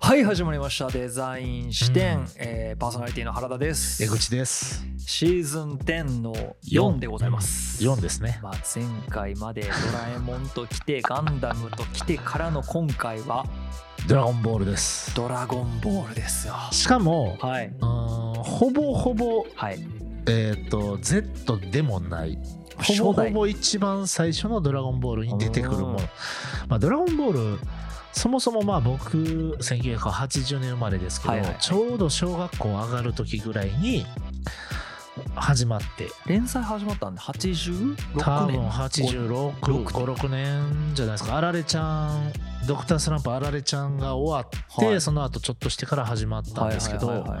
はい始まりましたデザイン視点、えーパーソナリティの原田です江口です。シーズン10の4でございます4ですね。まあ、前回までドラえもんと来てガンダムと来てからの今回はドラゴンボールです。ドラゴンボールですよしかも、うはいーんほぼほぼ、はいえっ、と、Z でもない。ほぼ初ほ代ぼ一番最初のドラゴンボールに出てくるものうん。まあ、ドラゴンボール、そもそもまあ僕、1980年生まれですけど、はいはいはいちょうど小学校上がる時ぐらいに始まって、連載始まったんで86多分年86、5、6年じゃないですか。あられちゃん、ドクタースランプあられちゃんが終わって、はいその後ちょっとしてから始まったんですけはいどはいはい、はい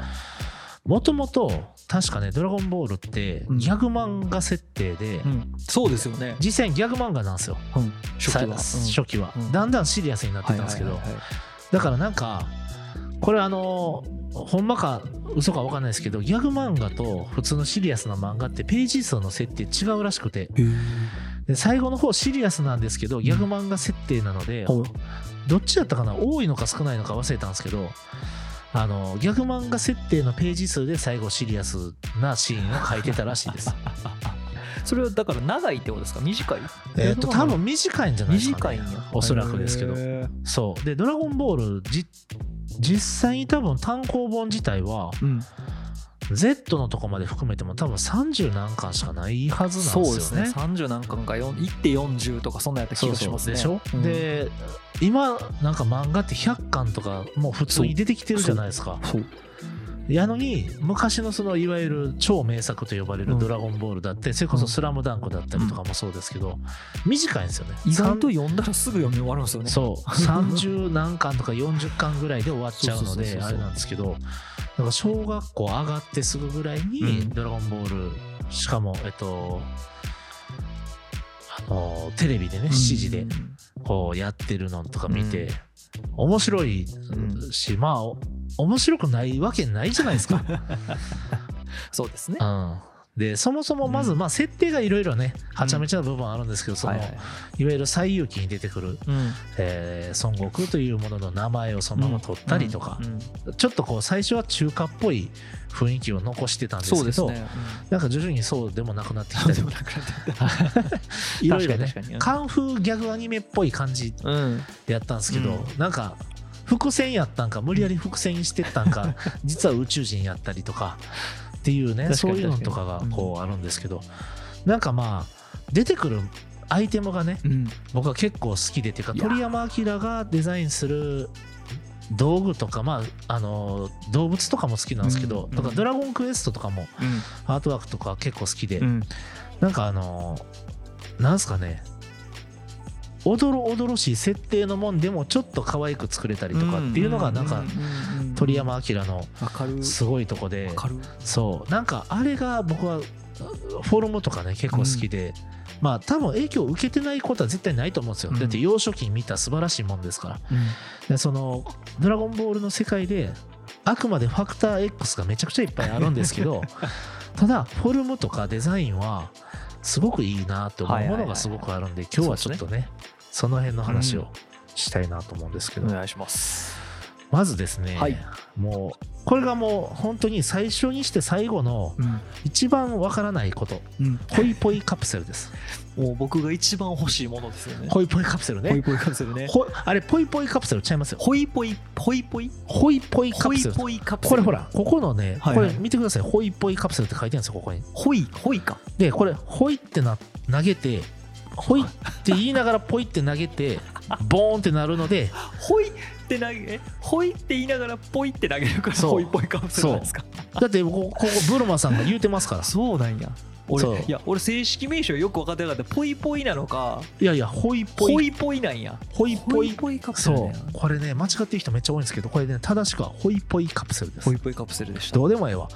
もともと確かね、ドラゴンボールってうんギャグ漫画設定で、うん、そうですよね、実際ギャグ漫画なんですよ。うん、初期は、さ初期はうんだんだんシリアスになってたんですけどはい。はいはいはいだからなんか、これあの、ほんまか嘘かわかんないですけど、ギャグ漫画と普通のシリアスな漫画ってページ数の設定違うらしくて、で最後の方シリアスなんですけどギャグ漫画設定なので、ほうどっちだったかな多いのか少ないのか忘れたんですけどあのギャグ漫画設定のページ数で最後シリアスなシーンを書いてたらしいですそれはだから長いってことですか短い えっと多分短いんじゃないですか、短ね、いんやおそらくですけどへーそうで「ドラゴンボールじ」実際に多分単行本自体はうん、 Z のとこまで含めても多分30何巻しかないはずなそんでうですすよねね30何巻か4 1.40とかそんなんやった気そうがしそうますねでしょ、うんで今なんか漫画って100巻とかもう普通に出てきてるじゃないですかそうやのに昔のそのいわゆる超名作と呼ばれうるん「ドラゴンボール」だってそれこうそ「んスラムダンクだったりとかもそうですけど短いんですよね意外と読んだらすぐ読み終わるんですよねそう30何巻とか40巻ぐらいで終わっちゃうのそうそうそうでそうあれなんですけどだから小学校上がってすぐぐらいうんに「ドラゴンボール」しかもえっとあのテレビでね7時でこうやってるのとか見て、面白いし、まあお面白くないわけないじゃないですか。 そうですねうんでそもそもまず、うんまあ、設定がいろいろねはちゃめちゃな部分あるんですけど、そのはいいはいわゆる「西遊記」に出てくる、えー孫悟空というものの名前をそのまま取ったりとかう、んうんちょっとこう最初は中華っぽい雰囲気を残してたんですけそうどですね、なんか徐々にそうでもなくなってきうたん、りでもなくなってきいろいろ確ねかに確かにうんカンフーギャグアニメっぽい感じた、うん、やったんですけど、うなんか伏線やったんか無理やり伏線してった んか実は宇宙人やったりとかっていう確かねにそういうのとかが確かにこうあるんですけど、なんかまあ出てくるアイテムがねうん、僕は結構好きでていうかいや鳥山明がデザインする道具とか、まあ、あの動物とかも好きなんですけど、うんとかうんドラゴンクエストとかもアートワークとか結構好きで、うん、なんかあのなんすかねおどろおどろしい設定のもんでもちょっと可愛く作れたりとかっていうのがなんか鳥山明のわかるすごいとこでわかるそうなんかあれが僕はフォルムとかね結構好きで、まあ多分影響を受けてないことは絶対ないと思うんですよ、うんだって幼少期に見た素晴らしいもんですからでその「ドラゴンボール」の世界であくまでファクター X がめちゃくちゃいっぱいあるんですけ どただフォルムとかデザインはすごくいいなと思うものがすごくあるんで、今日はちょっとねその辺の話をしたいなと思うんですけど、お願いしますまずですね、はいもうこれがもう本当に最初にして最後のうん一番わからないことうんポイポイカプセル ですもう僕が一番欲しいものですよねポイポイカプセルポイねポイカプセルねほあれポイポイカプセルちゃいますよホイポイポイポイホイポイカホプイセルポイカプセルこれほらここのね、はいはいこれ見てください「ホイポイカプセル」って書いてあるんですよここにホイホイかでこれ「ホイ」ってな投げて「ホイ」って言いながら「ポイ」って投げてボーンってなるのでほいって投げほいって言いながらポイって投げるからそうほいぽいカプセルなんですかだってここここブルマさんが言うてますからそうなんやそう俺いや俺正式名称よく分かってなかったポイポイなのかいやいや「ホイポポイイポイなんや」 「ホイポポイイポイカ」プセルそなんやうこれね間違ってる人めっちゃ多いんですけどこれね正しくは「ホイポイカプセル」ですポイポイカプセルでしたどうでもええわ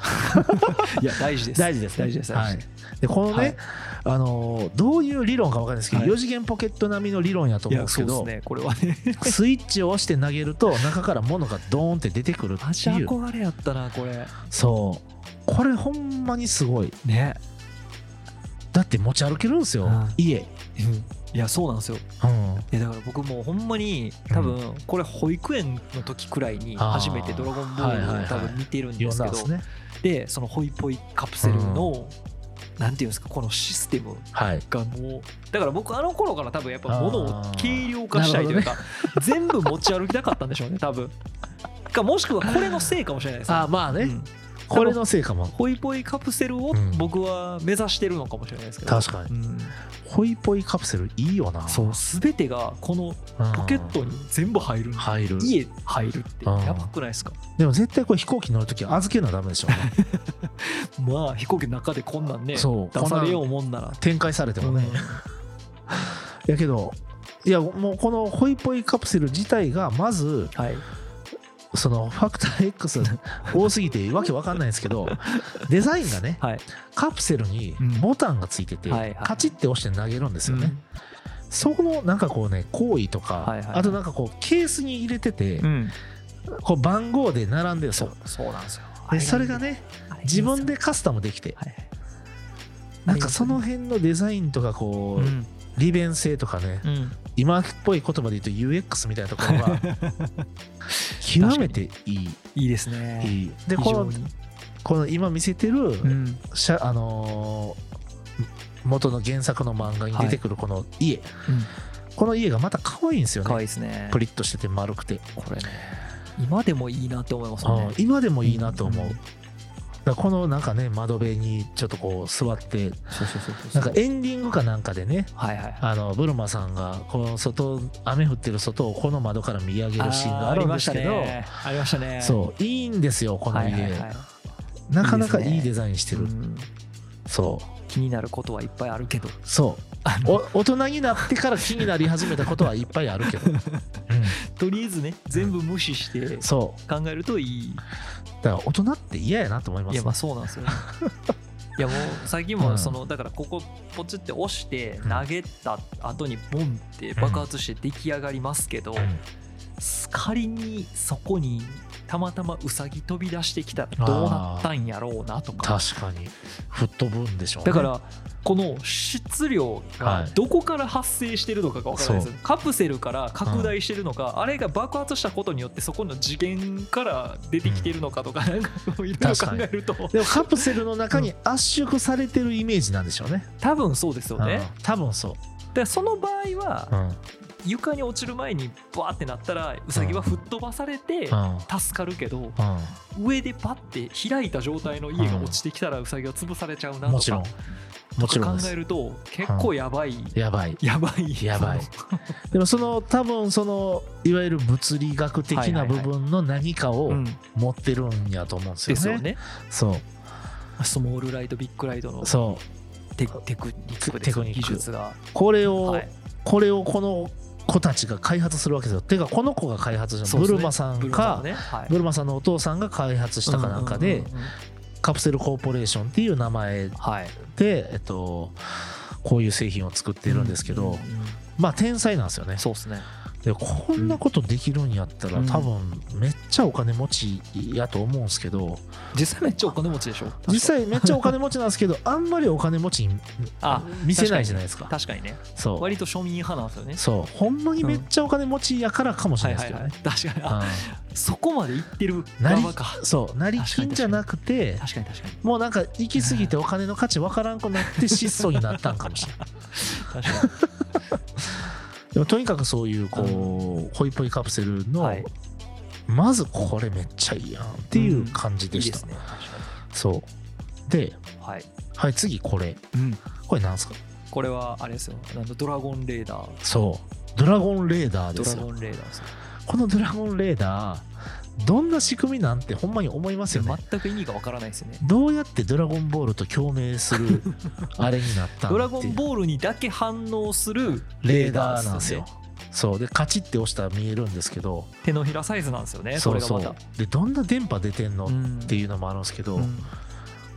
いや大事です大事ですね大事ですは大事いです、でこのね、はいあのーどういう理論かわかんないですけど、はい4次元ポケット並みの理論やとい思うんやですそけうですど、ねこれは ね スイッチを押して投げると中から物がドーンって出てくるマってジいう憧れやったなこれそうこれほんまにすごいねだって持ち歩けるんですよ、うん家いやそうなんですようんいやだから僕もうほんまに多分これ保育園の時くらいにあー初めて「ドラゴンボはいはいール」はいを多分見てるんで読んすだけんでどすねでそのホイポイカプセルのなんていうんですかこのシステムはいがもうだから僕あの頃から多分やっぱあー物を軽量化したいというか、 全部持ち歩きたかったんでしょうね多分かもしくはこれのせいかもしれないですねあまあね、うんこれのせいかもホイポイカプセルをうん僕は目指してるのかもしれないですけど、確かにうんホイポイカプセルいいよなそう全てがこのうんポケットに全部入る入る家入るってうんやばくないですかでも絶対これ飛行機乗るとき預けるのはダメでしょうねまあ飛行機の中でこんなんね出そうされよこんうもなんなら展開されてもね、やけどいやもうこのホイポイカプセル自体がまずはいそのファクター X 多すぎてわけわかんないですけどデザインがねはいカプセルにうんボタンがついてて、はいはいカチッて押して投げるんですよね、そこのなんかこうね行為とか、はいはいあとなんかこうケースに入れてて、うんうんこう番号で並んでるんですそようそうなんですよでそれがね自分でカスタムできてはいはいなんかその辺のデザインとかこうんう利便性とかねうん今っぽい言葉で言うと UX みたいなとこ ろが極めていいいいですねいいで非こ常のにこの今見せてる、うんしゃあのー元の原作の漫画に出てくるこの家、この家がまた可愛いんですよ可愛ねいですねプリッとしてて丸くて、これね今でもいいなって思いますうよんね今でもいいなと思う、うんだからこのなんかね窓辺にちょっとこう座ってそうそうそうそうなんかエンディングかなんかでねはいはいはいあのブルマさんがこの外雨降ってる外をこの窓から見上げるシーンがあるんですけど、ありましたねありましたねそういいんですよこのはい家、はいはいなかなかいいですねいいデザインしてるうんそう気になることはいっぱいあるけどそうお大人になってから気になり始めたことはいっぱいある けど、うん とりあえずね全部無視してそう考えるといいだから大人って嫌やなと思いまいすやまあそうなんですよ ねいやもう最近うんもそのだからここポチって押してうん投げた後にボンって爆発して出来上がりますけどうん仮にそこにたまたまウサギ飛び出してきたらどうなったんやろうなとか確かに吹っ飛ぶんでしょう、ね、だからこの質量はがいどこから発生してるのかが分からないですよねカプセルから拡大してるのかあれが爆発したことによってそこの次元から出てきてるのかとかなんかこういろいろ考えるとでもカプセルの中に圧縮されてるイメージなんでしょうね、多分そうですよね。うん多分そでその場合う、うはんうん床に落ちる前にバーってなったらウサギは吹っ飛ばされて助かるけど上でパッて開いた状態の家が落ちてきたらウサギは潰されちゃうう、なんともちろかんもちろん考でえすると結構やばいやばいやばいやばいでもその多分そのいわゆる物理学的なはいはい部はい分の何かうをん持ってるんやと思うんですでよね,、すよねそうスモールライトビッグライトのそうテテクニックでテすクねニック技術がこれを、はいこれをこの子たちが開発するわけですよ。てかこの子が開発したそうの、ですブねルマさんブルマさんかのねはいブルマさんのお父さんが開発したかなんかうで、うんうんうんカプセルコーポレーションっていう名前はいで、えっと、こういう製品を作ってるんですけど、ううんうんまあ天才なんですよねそうですねでこんなことできるんやったら、うん多分めっちゃお金持ちやと思うんですけど実際めっちゃお金持ちでしょ実際めっちゃお金持ちなんです けどあんまりお金持ちにあ見せないじゃないですか確かにねそう割と庶民派なんですよね。そうほんまにめっちゃお金持ちやからかもしれないですけどね、確かに、あうんそこまで行ってるなり側か。そう成り金じゃなくて確かに確 かにもうなんか行き過ぎてお金の価値わからんくなって質素になったんかもしれない確かに。でもとにかくそういうこうホイポイカプセルの、はいまずこれめっちゃいいやんっていう感じでいいしでた、すね。確かそうでに。はい。はい次これうん。これなんですかこれはあれですよ。あのドラゴンレーダー。そうドラゴンレーダードでラすよゴンレーダーですよこのドラゴンレーダーどんな仕組みなんてほんまに思いますよね全く意味がわからないですよね。どうやってドラゴンボールと共鳴するあれになったんってい うドラゴンボールにだけ反応するレーダーなんですよ。そうでカチッて押したら見えるんですけど、手のひらサイズなんですよね。そこうれがそまうた。でどんな電波出てんの、うんっていうのもあるんですけど、うん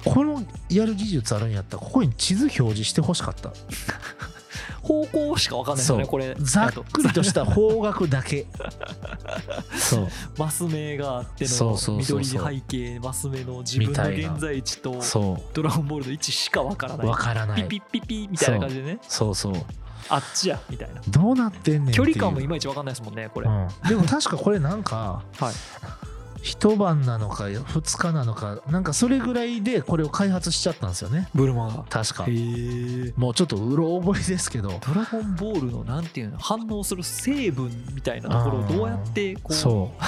このやる技術あるんやったらここに地図表示してほしかった方向しかわかんないですよね。そうこれ。ざっくりとした方角だけそう マス目があってそうのそうそう緑そう背景マス目の自分みたのいな現在地とそドラゴンボールの位置しかわからうないわからなピいピッピッピみたいな感じでねそうそうあっちやみたいなどうなってんねん距離感もい今まいち分かんないですもんねこれ、うん、でも確かこれなんか、はい一晩なのか2日なのかなんかそれぐらいでこれを開発しちゃったんですよねブルマが確かへえもうちょっとうろ覚えですけどドラゴンボールのなんていうの反応する成分みたいなところをどうやってこうそう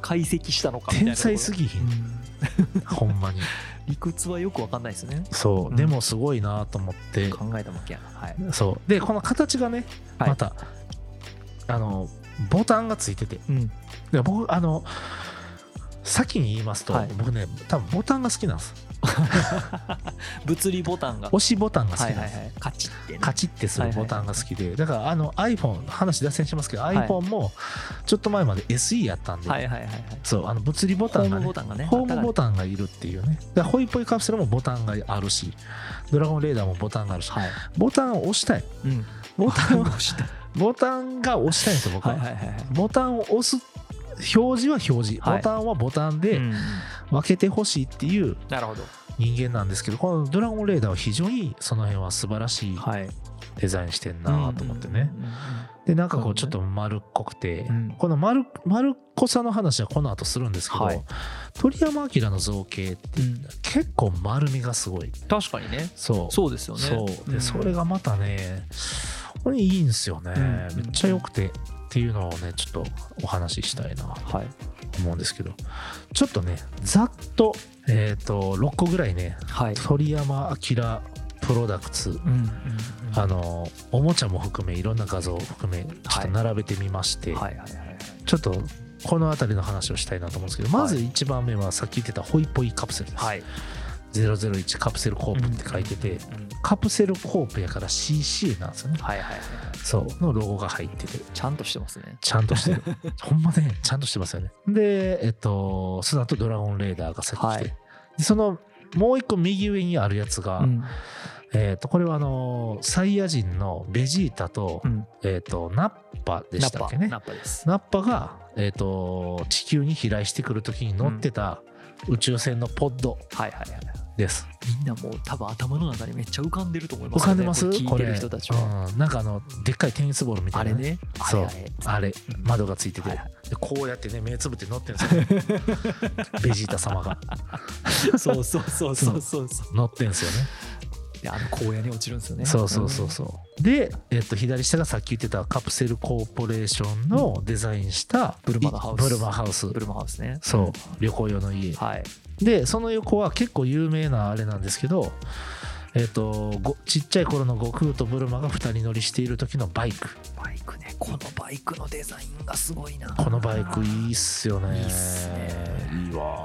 解析したのかみたいな天ところ才すぎ ひうんんほんまに理屈はよく分かんないですねそう、うんでもすごいなと思って考えたわけやなはいそうでこの形がねはいまた、あのボタンがついててうんで僕あの先に言いますと、はい僕ね多分ボタンが好きなんです物理ボタンが押しボタンが好きはないんです、はいはいカチッてねカチッてするボタンが好きで、だからあの iPhone 話脱線しますけど、い iPhone もちょっと前まで SE やったんで、はいはいはいはいそうあの物理ボホタンーがムねボタンがねホームボタンがいるっていうねだからホイポイカプセルもボタンがあるしドラゴンレーダーもボタンがあるしはいボタンを押したいうんボタンを押したボタンが押したいんですよ僕は、はいはいはいはいボタンを押す表示は表示、はいボタンはボタンうでん分けてほしいっていうなるほど人間なんですけどこの「ドラゴンレーダー」は非常にその辺は素晴らしいはいデザインしてんなと思ってね、うんうんうんうんでなんかこそううねちょっと丸っこくて、うんこの丸丸っこさの話はこの後するんですけど、はい鳥山明の造形ってうん結構丸みがすごい確かにねそうそうですよねそうで、んそれがまたねこれいいんですよね、うんめっちゃ良くてっていうのをねちょっとお話ししたいなはい思うんですけどちょっとねざっとえっ、と6個ぐらいねはい鳥山明プロダクツうんうんうんあのおもちゃも含めいろんな画像を含めちょっと並べてみまして、はいはいはいはいちょっとこの辺りの話をしたいなと思うんですけどまず1番目はさっき言ってたホイポイカプセルです、はい001カプセルコープって書いてて、うんうんカプセルコープやから CC なんですよねはいはいはいはいそうのロゴが入っててちゃんとしてますねちゃん としてるほんまねちゃんとしてますよねでえっとその後ドラゴンレーダーがさっき来て、はいでそのもう一個右上にあるやつが、うんえっとこれはあのサイヤ人のベジータと,、うんえっとナッパでしたっけねナッパナッパですナッパが、えー、と地球に飛来してくる時に乗ってた宇宙船のポッドはいはいはいはいです。みんなもう多分頭の中にめっちゃ浮かんでると思いま浮すかよんでねますこれ聞こいてれる人たちはうんなんかあのでっかいテニスボールみたあいなれね、ねあそれうあれあれうん窓がついてて、はいはでこうやってね目つぶって乗ってるんで すよ、ね、ベジータ様がそうそうそうそうそうそう乗ってるんですよね。 であの荒野に落ちるんですよねそうそうそうそう。で、えっと左下がさっき言ってたカプセルコーポレーションのデザインしたブルマのハウスブルマハウスうんブルマハウスねそう旅行用の家。はいでその横は結構有名なあれなんですけど、えっとごちっちゃい頃の悟空とブルマが2人乗りしている時のバイクバイクねこのバイクのデザインがすごいなこのバイクいいっすよねいいっすねいいわ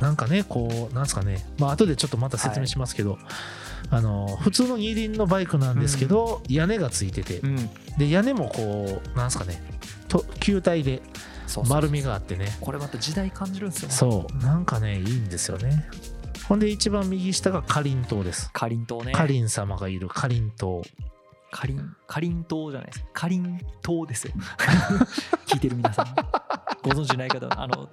なんかねこうなんですかねまあ後でちょっとまた説明しますけど、あの普通の二輪のバイクなんですけど、屋根がついててうんで屋根もこうなんですかねと球体でそうそう丸みがあってねこれまた時代感じるんですよねそうなんかねいいんですよねほんで一番右下がかりん島ですかりん島ねカリン様がいるカリン島かりんかりん島じゃないですかりん島 ですよ聞いてる皆さんご存知ない方はあの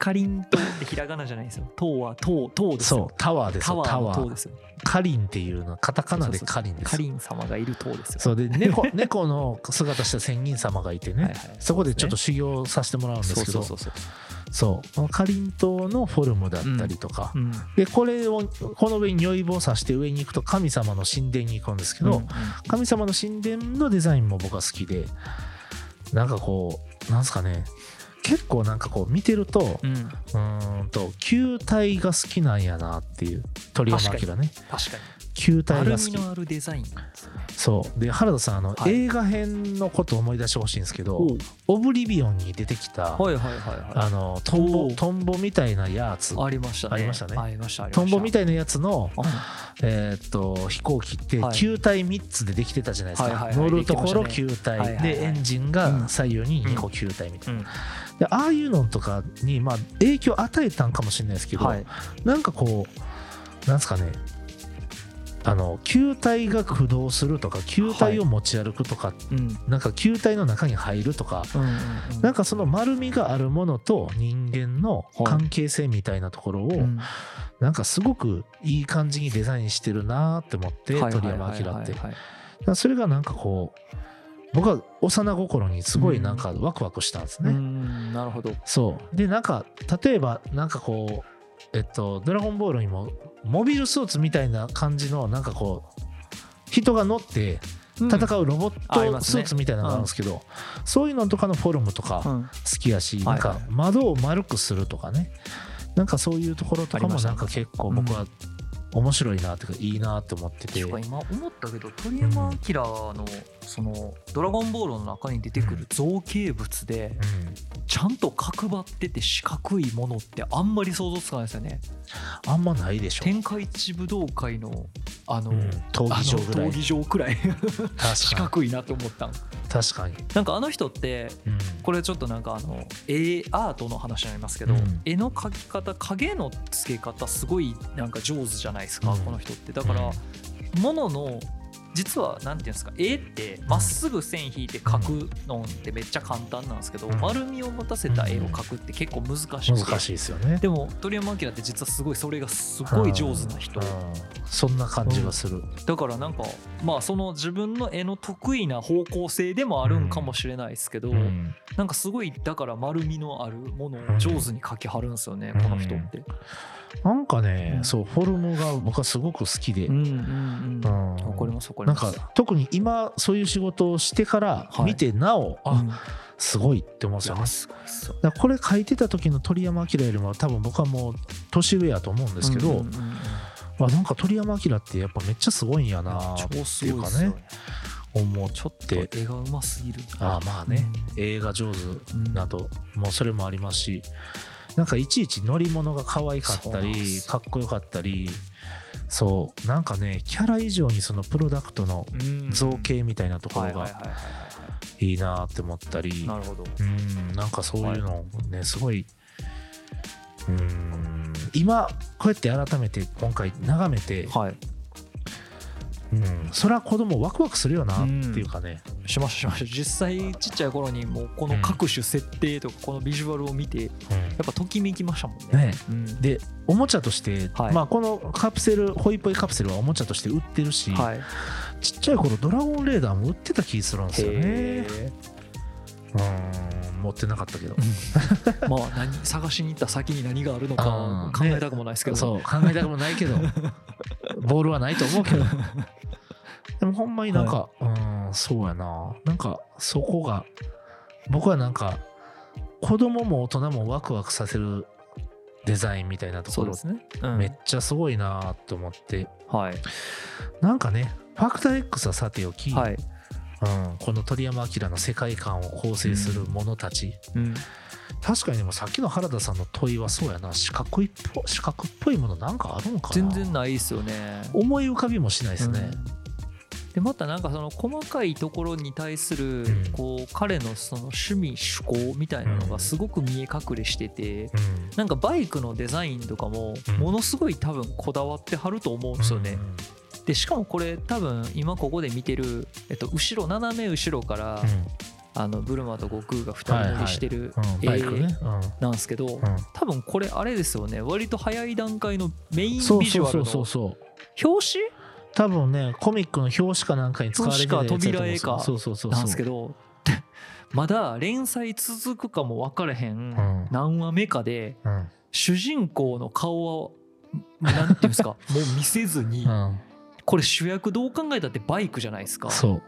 かりん島ってひらがなじゃないですよ島は島島ですそようタワーですタよワターのワ塔でーすよカリンっていうのはカタカナでカリンですかりん様がいる塔ですよそうで猫猫の姿した仙人様がいてね、はいはいそこでちょっと修行させてもらうんですそうけどそうそそううそうこのカリン島のフォルムだったりとか、うんでこれをこの上に如意棒を刺して上に行くと神様の神殿に行くんですけど、うん神様の神殿のデザインも僕は好きでなんかこうなんすかね結構なんかこう見てると、うんうんうーんと球体が好きなんやなっていう鳥山明ね確かに球体丸が好みきのあるデザインなんですよねそうで原田さんあの、はい映画編のことを思い出してほしいんですけど「オブリビオン」に出てきた、はいはいはいはあのトンおボうトンボみたいなやついありましたねありましたねありましたありましたトンボみたたいなやつの、はえーっと飛行機ってはい球体3つでできてたじゃないですか、はいはいはい乗るところできて球体、はいはいはいでエンジンうんが左右に2個球体みたいな、うんでああいうのとかに、まあ、影響与えたんかもしれないですけど、いなんかこう、なんですかね、あの球体が駆動するとか、球体を持ち歩くとか、うんうんなんか球体の中に入るとか、うんうんなんかその丸みがあるものと人間の関係性みたいなところを、うんなんかすごくいい感じにデザインしてるなーって思って、はいはい鳥はい山はい明はっいて。はいからそれがなんかこう僕は幼心にすごいなんかワクワクしたんですね、うんなるほど。そうでなんか例えばなんかこうえっと「ドラゴンボール」にもモビルスーツみたいな感じのなんかこう人が乗ってう。戦うロボありットますスねーツみたいなのがあるんですけど、そういうのとかのフォルムとかうん、好きやし、いなはんいか窓を丸くするとかねなんかそういうところとあかりまもしたなねんか結構僕は面白いなというかいいなと思ってて、確か今思ったけど鳥山明のその「ドラゴンボール」の中に出てくる造形物でうんちゃんと角張ってて四角いものってあんまり想像つかないですよね。あんまないでしょ、天下一武道会のあの、うん、闘あ技場のぐらい闘技場くらい 四確か角いなと思ったんに確かに、なんかあの人ってうんこれちょっとなんかあの絵アートの話になりますけど、うん絵の描き方影のつけ方すごいなんか上手じゃないですか、うんこの人ってだから、物の実はなんていうんですか絵ってまっすぐ線引いて描くのってめっちゃ簡単なんですけど、うん丸みを持たせた絵を描くって結構難しい難しいですよねでも鳥山明って実はすごいそれがすごい上手な人、うんそんな感じがする、だからなんかまあその自分の絵の得意な方向性でもあるんかもしれないですけど、うんなんかすごいだから丸みのあるものを上手に描きはるんですよね、この人って。なんかね、うんそうフォルムが僕はすごく好きで、んうんうんわかりますわかりなんます。か特に今そういう仕事をしてから見てなお、うん、あすごいって思うんですよねいやすごいっすよだからこれ書いてた時の鳥山明よりも多分僕はもう年上やと思うんですけど、うんうんうんあなんか鳥山明ってやっぱめっちゃすごいんやなって超すいごういかっすよねね。思っちょっとて絵がうますぎる。ああまあね、映画上手うんなどもうそれもありますしなんかいちいち乗り物が可愛かったそうなんりですよかっこよかったりそうなんかねキャラ以上にそのプロダクトのうん造形みたいなとこはいろはいはいがはいはいはいいなって思ったり、なるほど。うんなんかそういうのをねすごいうん今こうやって改めて今回眺めて、はい。うん、それは子供ワクワクするよなっていうかね、しましたしました。実際ちっちゃい頃にもうこの各種設定とかこのビジュアルを見てやっぱときめきましたもんうんね。ねうんでおもちゃとして、はいまあ、このカプセルホイポイカプセルはおもちゃとして売ってるし、はい。へちっちゃい頃ドラゴンレーダーも売ってた気するんですよねえ。うん持ってなかったけどまあ何探しに行った先に何があるのかあー考ねえたくもないですけど、そう考えたくもないけど ボールはないと思うけどでもほんまになんか、うんそうやななんかそこが僕はなんか子供も大人もワクワクさせるデザインみたいなとそこうろですね。うんめっちゃすごいなと思ってはいなんかねファクター X はさておき、はい。うん、この鳥山明の世界観を構成する者たち、うん確かにでもさっきの原田さんの問いはそうやな四角いっぽ四角っぽいものなんかあるんかな全然ないですよね。思い浮かびもしないですね、うんでまたなんかその細かいところに対するうんこう彼のその趣味趣向みたいなのがすごく見え隠れしててうんなんかバイクのデザインとかもうんものすごい多分こだわってはると思うんですよね。でしかもこれ多分今ここで見てる、えっと、後ろ斜め後ろからうんあのブルマと悟空が2人乗りしてるうんバイクね、うんなんですけどうん多分これあれですよね割と早い段階のメインビジそうュそアルうそのうそうそう表紙多分ねコミックの表紙かなんかに使われてたやつやと思うんですよ表紙か扉絵かそうそうそうそうなんですけど まだ連載続くかも分からへんん何話目かでうんう主人公の顔はなんていうん ですかもう見せずにんこれ主役どう考えたってバイクじゃないですかそう、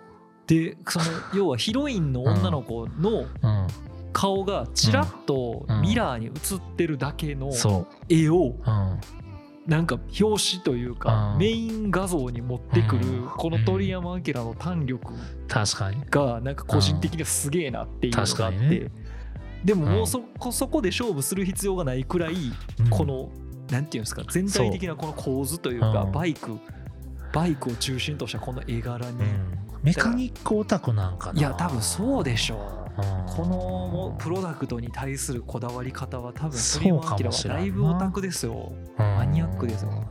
でその要はヒロインの女の子のうん、顔がちらっとミラーに映ってるだけのそ絵をう、うん、なんか表紙というかうんメイン画像に持ってくるうんこの鳥山明の胆力確かにがなんか個人的にはすげえなっていうのがあっうん確かて、にねでももううんそこそこで勝負する必要がないくらいこ、の、なんていうんですか全体的なこの構図というかうんバイクバイクを中心としたこの絵柄うに、んうんメカニックオタクなんかないや多分そうでしょう。うんこのもうプロダクトに対するこだわり方は多分そう鳥山か明もはしれんなだいぶオタクですよ。マニアックですよ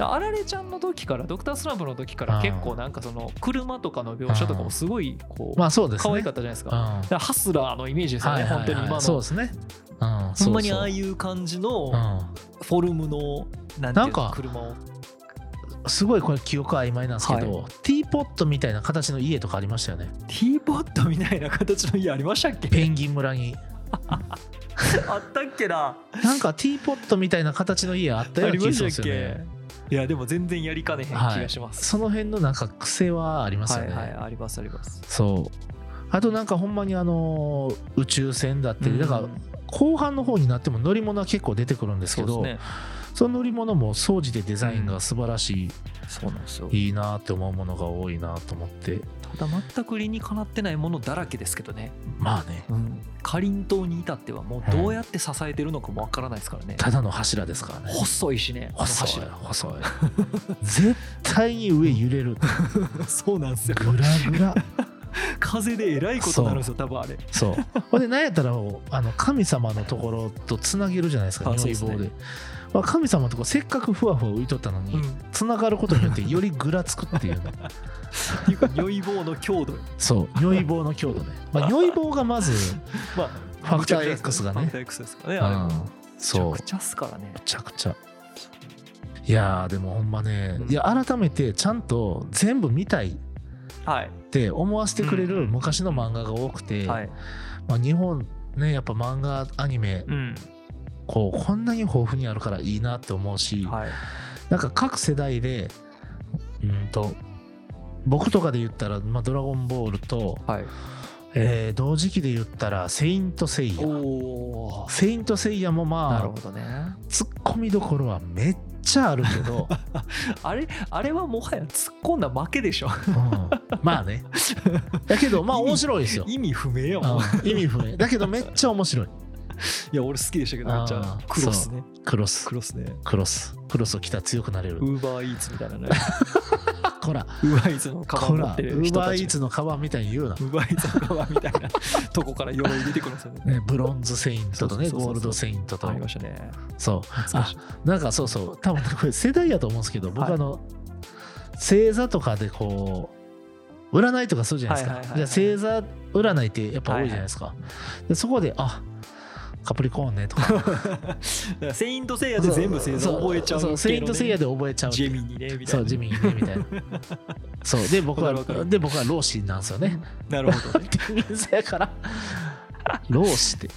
あられちゃんの時からドクタースランプの時からうん結構なんかその車とかの描写とかもすごいこうまあそうですね可愛かったじゃないですか。うんだからハスラーのイメージですよはいねはいはい本当に今のそうですねうんほんまにああういう感じのそううんフォルムのなんていうなんのか車をすごいこれ記憶曖昧なんですけど、はティーポットみたいな形の家とかありましたよねティーポットみたいな形の家ありましたっけペンギン村に あったっけななんかティーポットみたいな形の家あったよあうなり気がまするんしですたっよけ、ねいやでも全然やりかねへん気がします、その辺のなんか癖はありますはよい、ね、はいありますありますそうあとなんかほんまにあのー宇宙船だってだから後半の方になっても乗り物は結構出てくるんですけそうどそですねの乗り物も総じてデザインが素晴らしい、そうなんですよいいなって思うものが多いなと思ってただ全く理にかなってないものだらけですけどね、まあねうん、かりんとうに至ってはもうどうやって支えてるのかもわからないですからね、ただの柱ですからね細いしねあの細い細い絶対に上揺れる柱 そうなんですよグラ グラ風でえらいことになるんですよ多分あれそうほんで何やったらもうあの神様のところとつなげるじゃないですかあそうで尿意す棒ねでまあ神様のとこせっかくふわふわ浮いとったのに、うんっつながることによってよりぐらつくっ ていうねていうか如意棒の強度そう如意棒の強度ね、まあ、如意棒がまず、まあファクター X がねファクター X ですかねうあれもんめ、ちそうゃむくちゃっすからねちゃくちゃいやーでもほんまね、うんいや改めてちゃんと全部見たいっはいて思わせてくれるうん昔の漫画が多くて、はいまあ、日本ねやっぱ漫画アニメうんこうこんなに豊富にあるからいいなって思うし、はいなんか各世代でうんと僕とかで言ったら「まあ、ドラゴンボールと」はいえー同時期で言ったら「セイント・セイヤお」おセイント・セイヤもなるまほあどねツッコミどころはめっちゃあるけ ど、あれあれはもはや突っ込んだ負けでしょうんまあね だけどまあ意味面白いですよ意味不明やもんうん意味不明だけどめっちゃ面白いいや俺好きでしたけどめっちゃあークロスねクロスクロスねクロスクロスを着たら強くなれるウーバーイーツみたいな ねこらウーバーイーツのカバこン持らっウてるー人バたーイちーツのカバンみたいに言うなウーバーイーツのカバンみたいなとこから鎧出てくるんですよね ね、ブロンズセイントとそねうそうそうそうゴールドセイントとありましたねそ懐かしいうなんかそうそう多分ねこれ世代やと思うんですけど僕はいあの、星座とかでこう占いとかするじゃないですか、はいはいはいはいじゃあ星座占いってやっぱ多いじゃないですか、でそこであカプリコーンねとかだからセイントセイヤ で全部星座覚えちゃうそそセイントセイヤでで覚えちゃうジェミニねみたそいうなジェミニねみたいなそうで僕はわかるわかるで僕は老子なんですよねなるほどねそやから老子って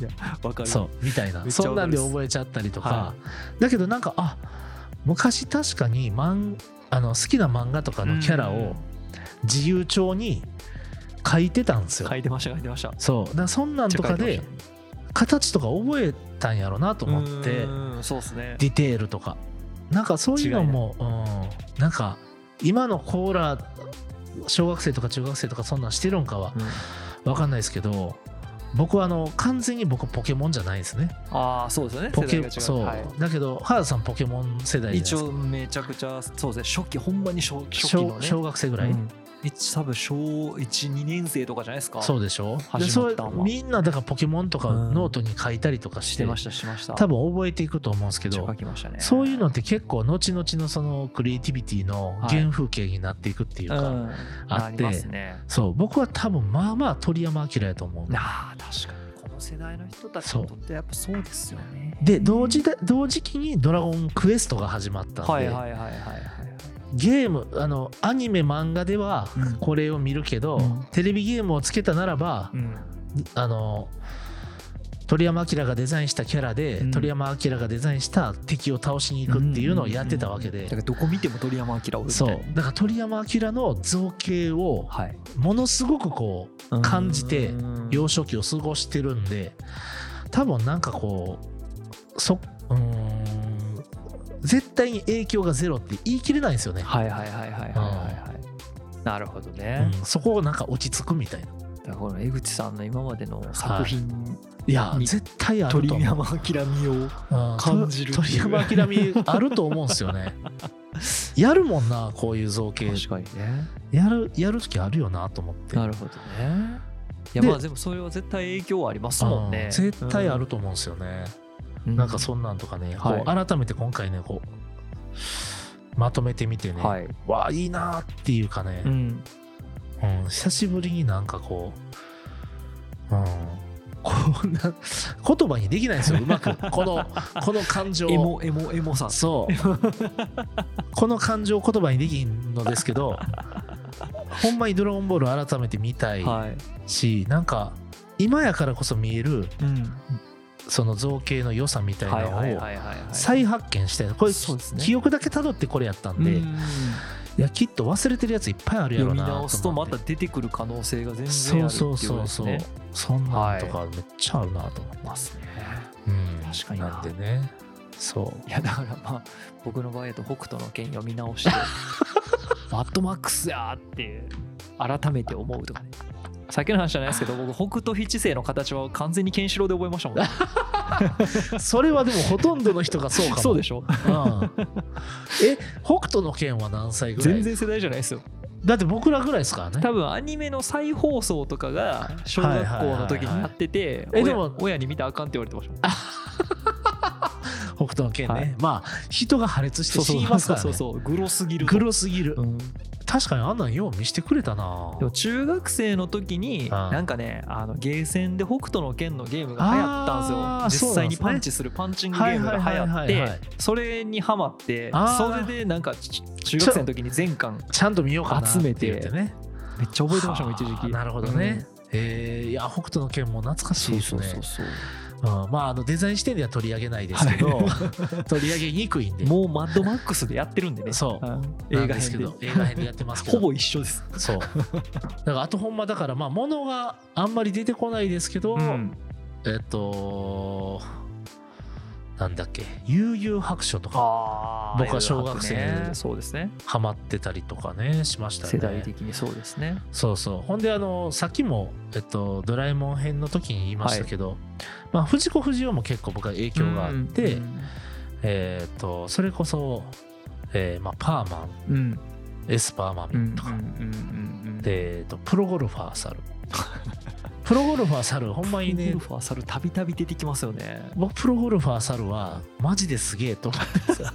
わかるそうみたいなめっちゃそんなんでわかるっす覚えちゃったりとか、はだけどなんかあ昔確かにマンあの好きな漫画とかのキャラうんを自由帳に書いてたんですよ、書いてました書いてましたそうだからそんなんとかめっちゃで書いてました形とか覚えたんやろなと思ってうーんそうですねディテールとかなんかそういうのもうん、なんか今のコーラ小学生とか中学生とかそんなんしてるんかはうん分かんないですけど僕はあの完全に僕はポケモンじゃないですねああそうですよねポケ世代が違うそう、はいだけど原田さんポケモン世代じゃないで一すか応めちゃくちゃそうですね初期ほんまに初初期の小ね小学生ぐぐらい、多分小12年生とかじゃないですかそううでしょで始そまっれたんはみんなだからポケモンとかうんノートに書いたりとかし,、しててましたしました多分分覚えていくと思うんですけど書きましたねそういうのって結構後々のそのクリエイティビティのはい原風景になっていくっていうか、うんあなってりますねそう僕は多分まあまあ鳥山明やと思うあー確かにこの世代の人たちにとってやっぱそうですよねで同時だ同時期に「ドラゴンクエスト」が始まったんで、はいはいはいはいはいゲームあのアニメ漫画ではうんこれを見るけど、うんテレビゲームをつけたならば、うんあの鳥山明がデザインしたキャラで、うん鳥山明がデザインした敵を倒しに行くっていうのをやってたわけで、だからどこ見ても鳥山明をみたいそうなだから鳥山明の造形をはいものすごくこう感じてうん幼少期を過ごしてるんで多分なんかこうそうん絶対に影響がゼロって言い切れないんですよね、はいはいはいはいはいはいはいなるほどうねん、そこをなんか落ち着くみたいなだからこの江口さんの今までの作品いやに絶対ある鳥と思う山明美をうん感じると鳥山明 美あると思うんですよねやるもんなこういう造形確かにねやるやる時あるよなと思ってなるほどねいやでまあでもそれは絶対影響はありますもんねうん絶対あると思うんですよね、うんなんかそんなんとかね、こはいう改めて今回ねこうまとめてみてね、はいわあいいなーっていうかねう、んうん久しぶりになんかこう、うん、こんな 言葉にできないんですようまくこの この感情エモエモエモさそう この感情を言葉にできんのですけどほんまに「ドラゴンボール」を改めて見たいはい、し、なんか今やからこそ見えるうん、その造形の良さみたいはいなはいのをはいはいはい再発見したいこれ、そうですね記憶だけ辿ってこれやったんうで、いんやきっと忘れてるやついっぱいあるや読ろみな直すとと思まってた出てくる可能性が全然あそるうっていそううことでそうすそうね。そんなんとかめっちゃあるなと思ってます、ね。うん確かになんでねそういやだからまあ僕の場合だと北斗の拳読み直してマッドマックスやーっていう改めて思うとかね。 さっきの話じゃないですけど僕北斗七星の形は完全にケンシロウで覚えましたもん、ね、それはでもほとんどの人が そうかも そうでしょうんえ北斗の拳は何歳ぐらい全然世代じゃないですよだって僕らぐらいですからね多分アニメの再放送とかが小学校の時にやっててはいはいはいはいえ親でも親に見たらあかんって言われてましたもん北斗の拳ね、はいまあ人が破裂してそう死そうにますから、ね、そうそうグロすぎるとグロすぎる、うん確かにあんなんよう見してくれたなでも中学生の時にんなんかねあのゲーセンで北斗の拳のゲームが流行ったんですよあー実そうなん際でにすねパンチするパンチングゲームが流行っはいはいはいはいはていそれにハマってあそーれでなんかち中学生の時に全巻ちゃんと見ようかなって言ってね集めっちゃ覚えてましたもん一時はあ期なるほどね、えーいや北斗の拳も懐かしいうんですそうねそうそううんまああのデザイン視点では取り上げないですけど、 取り上げにくいんでもうマッドマックスでやってるんでねそうんな映ん画です編けでど映画編でやってますけどほぼ一緒ですそう。だからあとほんまだからまあ物があんまり出てこないですけど、えっとなんだっけ悠々白書とかあー僕は小学生ねそうですねハマってたりとかねしましたね。世代的にそうですねそうそう。ほんであのさっきもえっとドラえもん編の時に言いましたけど、まあ藤子不二雄も結構僕は影響があって、うんえっとそれこそ、えーまあパーマンうんエスパーマうんうんミとか、うんうんでえっとプロゴルファー 猿プロゴルファー猿ほんまにプロゴねルファー猿たびたび出てきますよね。僕プロゴルファー猿はマジですげえと思ってさ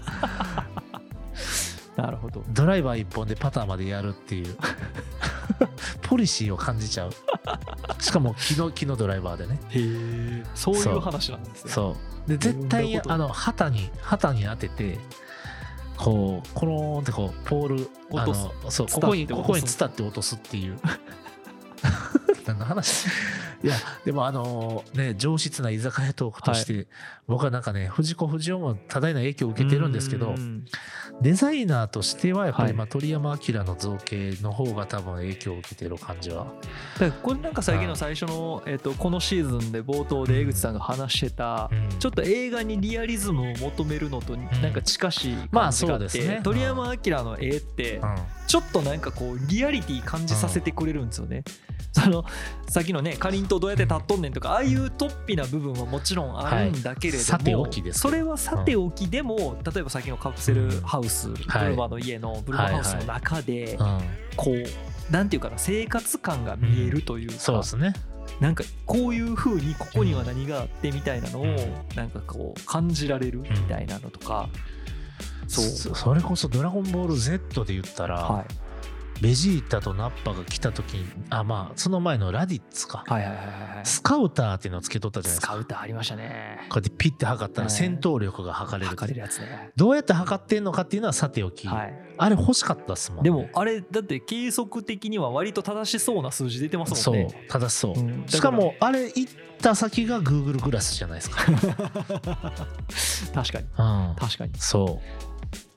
なるほど。ドライバー一本でパターまでやるっていう ポリシーを感じちゃうしかも木の木のドライバーでねへえ。そういう話なんですね。そうで絶いろんな対にことあの旗に旗に当ててこうコローンってこうポール落とすあのそう伝こってこに落とこすこに伝って落とすっていう 何の話いやでもあのね上質な居酒屋トークとして、僕はなんかね藤子不二雄も多大な影響を受けてるんですけうど、んデザイナーとしてはやっぱはりいまあ鳥山明の造形の方が多分影響を受けてる感じは、だからこれなんか最近の最初の、えっとこのシーズンで冒頭で江口さんが話してた、うんちょっと映画にリアリズムを求めるのとなんか近しいま感あじがあって、そうですね鳥山明の絵ってうんちょっとなんかこうリアリティ感じさせてくれるんですよね。そのさっきのねかりんとうどうやって立っとんねんとかああいう突飛な部分はもちろんあるんだけれども、はいさておきですそれはさておきでも、例えばさっきのカプセルハウス、ブルーバーの家のブルーバーハウスの中で、うん、こうなんていうかな生活感が見えるというか、そうですねなんかこういう風にここには何があってみたいなのを、うんなんかこう感じられるみたいなのとか、そう。そそれこそ「ドラゴンボール Z」で言ったら、はい、ベジータとナッパが来た時にあまあその前のラディッツか、はいはいはいはいはい。スカウターっていうのをつけとったじゃないですか使うとありましたね。こうやってピッて測ったらはい戦闘力が測れる,、測れるやつね。どうやって測ってんのかっていうのはさておき、はい、あれ欲しかったっすもん、ね、でもあれだって計測的には割と正しそうな数字出てますそもんうね。正しそう、うんしかもあれ行った先が Google グラスじゃないですか、確かにうん、確かに。そう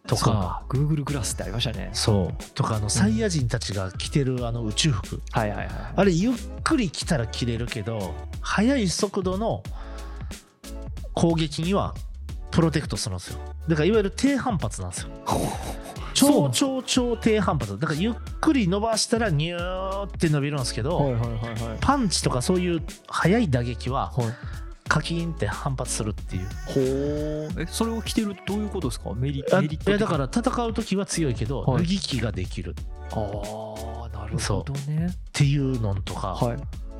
とそうかか Google グラスってありましたね。そうとかあのサイヤ人たちが着てるあの宇宙服、はいはいはい。あれゆっくり来たら切れるけど速い速度の攻撃にはプロテクトするんですよだからいわゆる低反発なんです よそうなん超です超超低反発だからゆっくり伸ばしたらニューって伸びるんですけど、はいはいはいはい。パンチとかそういう速い打撃ははい、カキーンって反発するっていうほうえそれを着てるとどういうことですかメリあメリットいやだからら戦う時は強いけどはい脱ぎ着ができるっああなるほどねていうのとか、はい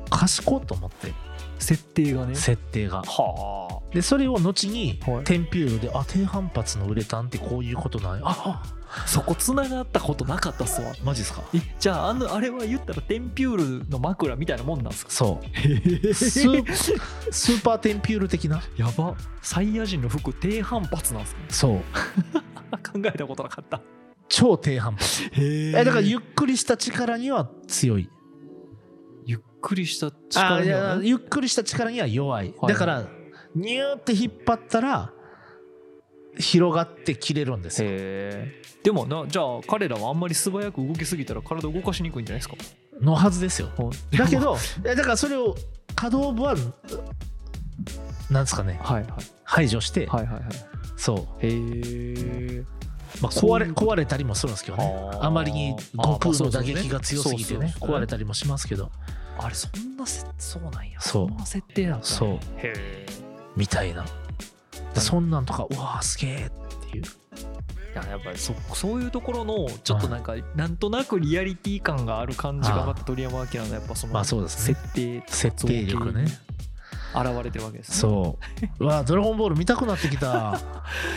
賢っと思って設定がね設定がはでそれを後にはいテンピュールで、あ低反発のウレタンってこういうことなんやああそこ繋がったことなかったっすわマジですかえじゃああのあれは言ったらテンピュールの枕みたいなもんなんですかそう スースーパーテンピュール的なやばサイヤ人の服低反発なんですねそう 考えたことなかった超低反発へえだからゆっくりした力には強いゆっくりしたあ力いにはやねゆっくりした力には弱い、はいだからニューって引っ張ったら広がって切れるんですよへーでもなじゃあ彼らはあんまり素早く動きすぎたら体動かしにくいんじゃないですかのはずですよだけどえだからそれを可動部はなんですかね はいはい排除して、はいはいはいそうへえまあ、壊れ壊れたりもするんですけどねあーあまりに悟空の打撃が強すぎてあーまあねそうですよね壊れたりもしますけどあれそんなせそうなんやそうんな設定なんだそうへえみたいなでそんなんとかうわーすげえっていういややっぱりそそういうところのちょっとなんか、なんとなくリアリティ感がある感じがまた鳥山明のやっぱそのまあそうですね設定設定力ね現れてるわけです、ね、 そううわードラゴンボール見たくなってきた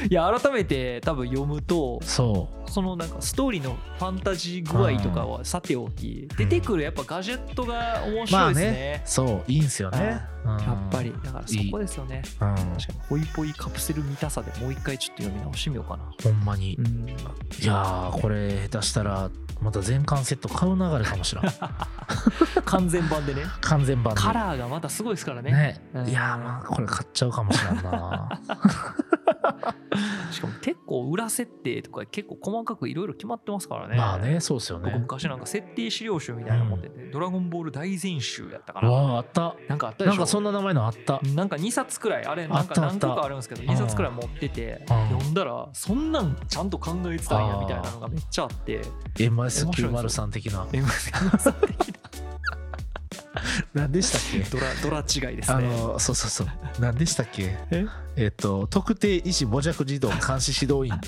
いや改めて多分読むとそ うそのなんかストーリーのファンタジー具合とかはさておき出てくるやっぱガジェットが面ま白あいですね,、ねそういいんすよね、うんやっぱりだからそこですよねうん、確かにホイポイカプセル見たさでもう一回ちょっと読み直してみようかなほんまに、んいやーこれ下手したらまた全巻セット買う流れかも しれん完全版でね完全版でカラーがまたすごいですからねねうんいやーまあこれ買っちゃうかもしれん なしかも結構裏設定とか結構細かくいろいろ決まってますからねまあねそうですよね僕昔なんか設定資料集みたいなもんで、ねドラゴンボール大全集やったかうなわああったなんかあったでしなょんかそんな名前のあったなんか2冊くらいあれなんあっかたあっ何た個かあるんですけど2冊くらい持っててうん読んだらそんなんちゃんと考えてたんやみたいなのがめっちゃあって MS903 的なえ何でしたっドラ ドラ違いですあねのそうそうそう何でしたっけええっと特定医師母弱児童監視指導員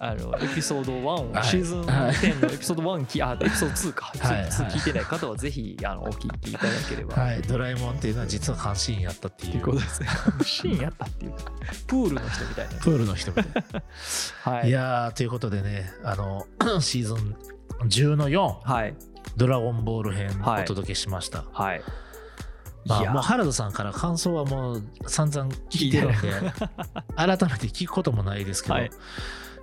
あのエピソード1を、はいシーズンはい10のエピソード1きあエピソード2か、はいエピソードはい2聞いてない方はぜひあのお聞きいただければ、はいドラえもんっていうのは実は監視員やったっってていいううことですね シーンやったっていうかプールの人みたいプールの人みたいななはいやー ということでねあの シーズン10の4はいドラゴンボール編はいお届けしました、はいまいあ、やもう原田さんから感想はもう散々聞いてるんで 改めて聞くこともないですけど、はい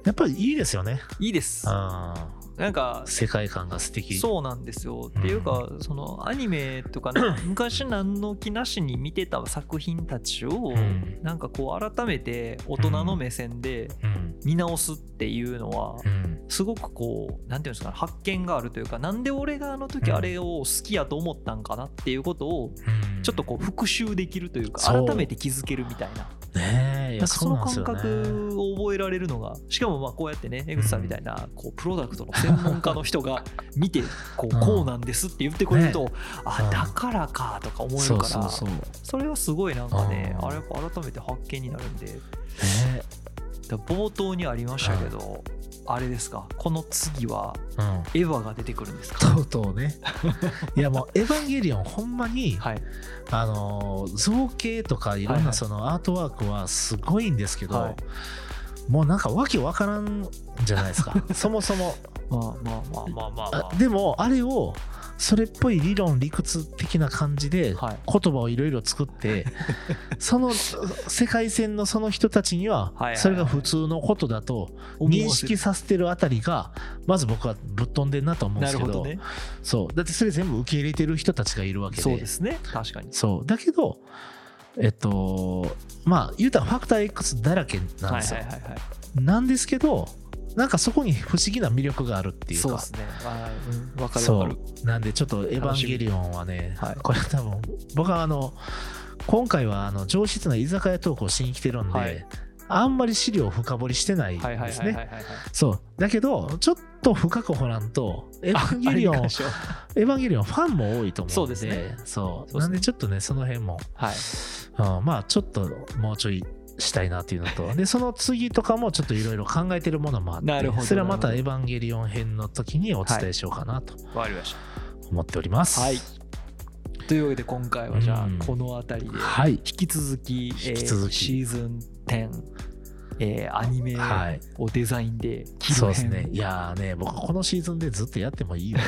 やっぱりいいですよねいいですあなんかー世界観が素敵そうなんですよ、っていうかそのアニメとかね 昔何の気なしに見てた作品たちを、んなんかこう改めて大人の目線でうん見直すっていうのはうんすごくこうなんていうんですかね発見があるというかなんで俺があの時あれを好きやと思ったんかなっていうことをうんちょっとこう復習できるというかそう改めて気づけるみたいなねなんえいやかそのう感なんですよね覚を覚えられるのがしかもまあこうやってね江口さんみたいなこうプロダクトの専門家の人が見てこううんこうなんですって言ってくれるとうあんだからかとか思えそるうかそうらそうねそれはすごいなんかねうんあれやっぱ改めて発見になるんでえだから冒頭にありましたけどあれですかこの次はうんエヴァが出てくるんですかとうとう ねいやもう「エヴァンゲリオン」ほんまに、はいあのー造形とかいろはいはんいなそのアートワークはすごいんですけど、はいもうなんかわけわからんじゃない ですかそもそもまあまあまあまあまあまあでもあれをそれっぽい理論理屈的な感じではい言葉をいろいろ作って その世界線のその人たちにはいはいはいそれが普通のことだとあ認識させてるあたりがまず僕はぶっ飛んでんなと思うんでなするけほどどねそうだってそれ全部受け入れてる人たちがいるわけでそうですね確かにそうだけどえっとまあ言うたらファクター X だらけなんはでいすはよ、いはいはいなんですけどなんかそこに不思議な魅力があるっていうかそうですねあーうんわかるそわかるうなんでちょっと「エヴァンゲリオン」はね、はいこれ多分僕はあの今回はあの上質な居酒屋投稿しに来てるんで、はいあんまり資料を深掘りしてないんはいはでいすはいはいはねいはいそうだけどちょっと深く掘らんと「エヴァンゲリオン」あれに関エしてはヴァンゲリオンファンも多いと思うんでそうですねそうそうですねなんでちょっとねその辺も、はいうんまあちょっともうちょいしたいなっていうの とでその次とかもちょっといろいろ考えてるものもあってなるほどそれはまた「なエるヴァンゲリオン」編の時にお伝えしようかなとわかりまし思っております。はいというわけで今回はじゃうんあこの辺りではい。引き続き,、えー引き続きシーズン10、えーアニメはい。をデザインで切るそうです編ね。いやーね、僕、このシーズンでずっとやってもいい よ。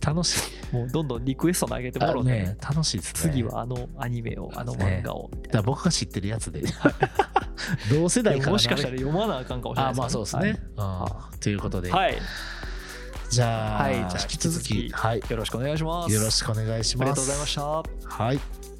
楽しい。もうどんどんリクエスト投げてもあらのうねね、楽しいですね。次はあのアニメを、あの漫画を、だから僕が知ってるや つで。同世代でもからなもしかしたら読まなあかんかもしれないあまあそうですね。うんということで、はい、はいじゃあ、はいじゃあ引き続引き続き、きはい、よろしくお願いしますよろしくお願いしありまがとうございすま。したはい。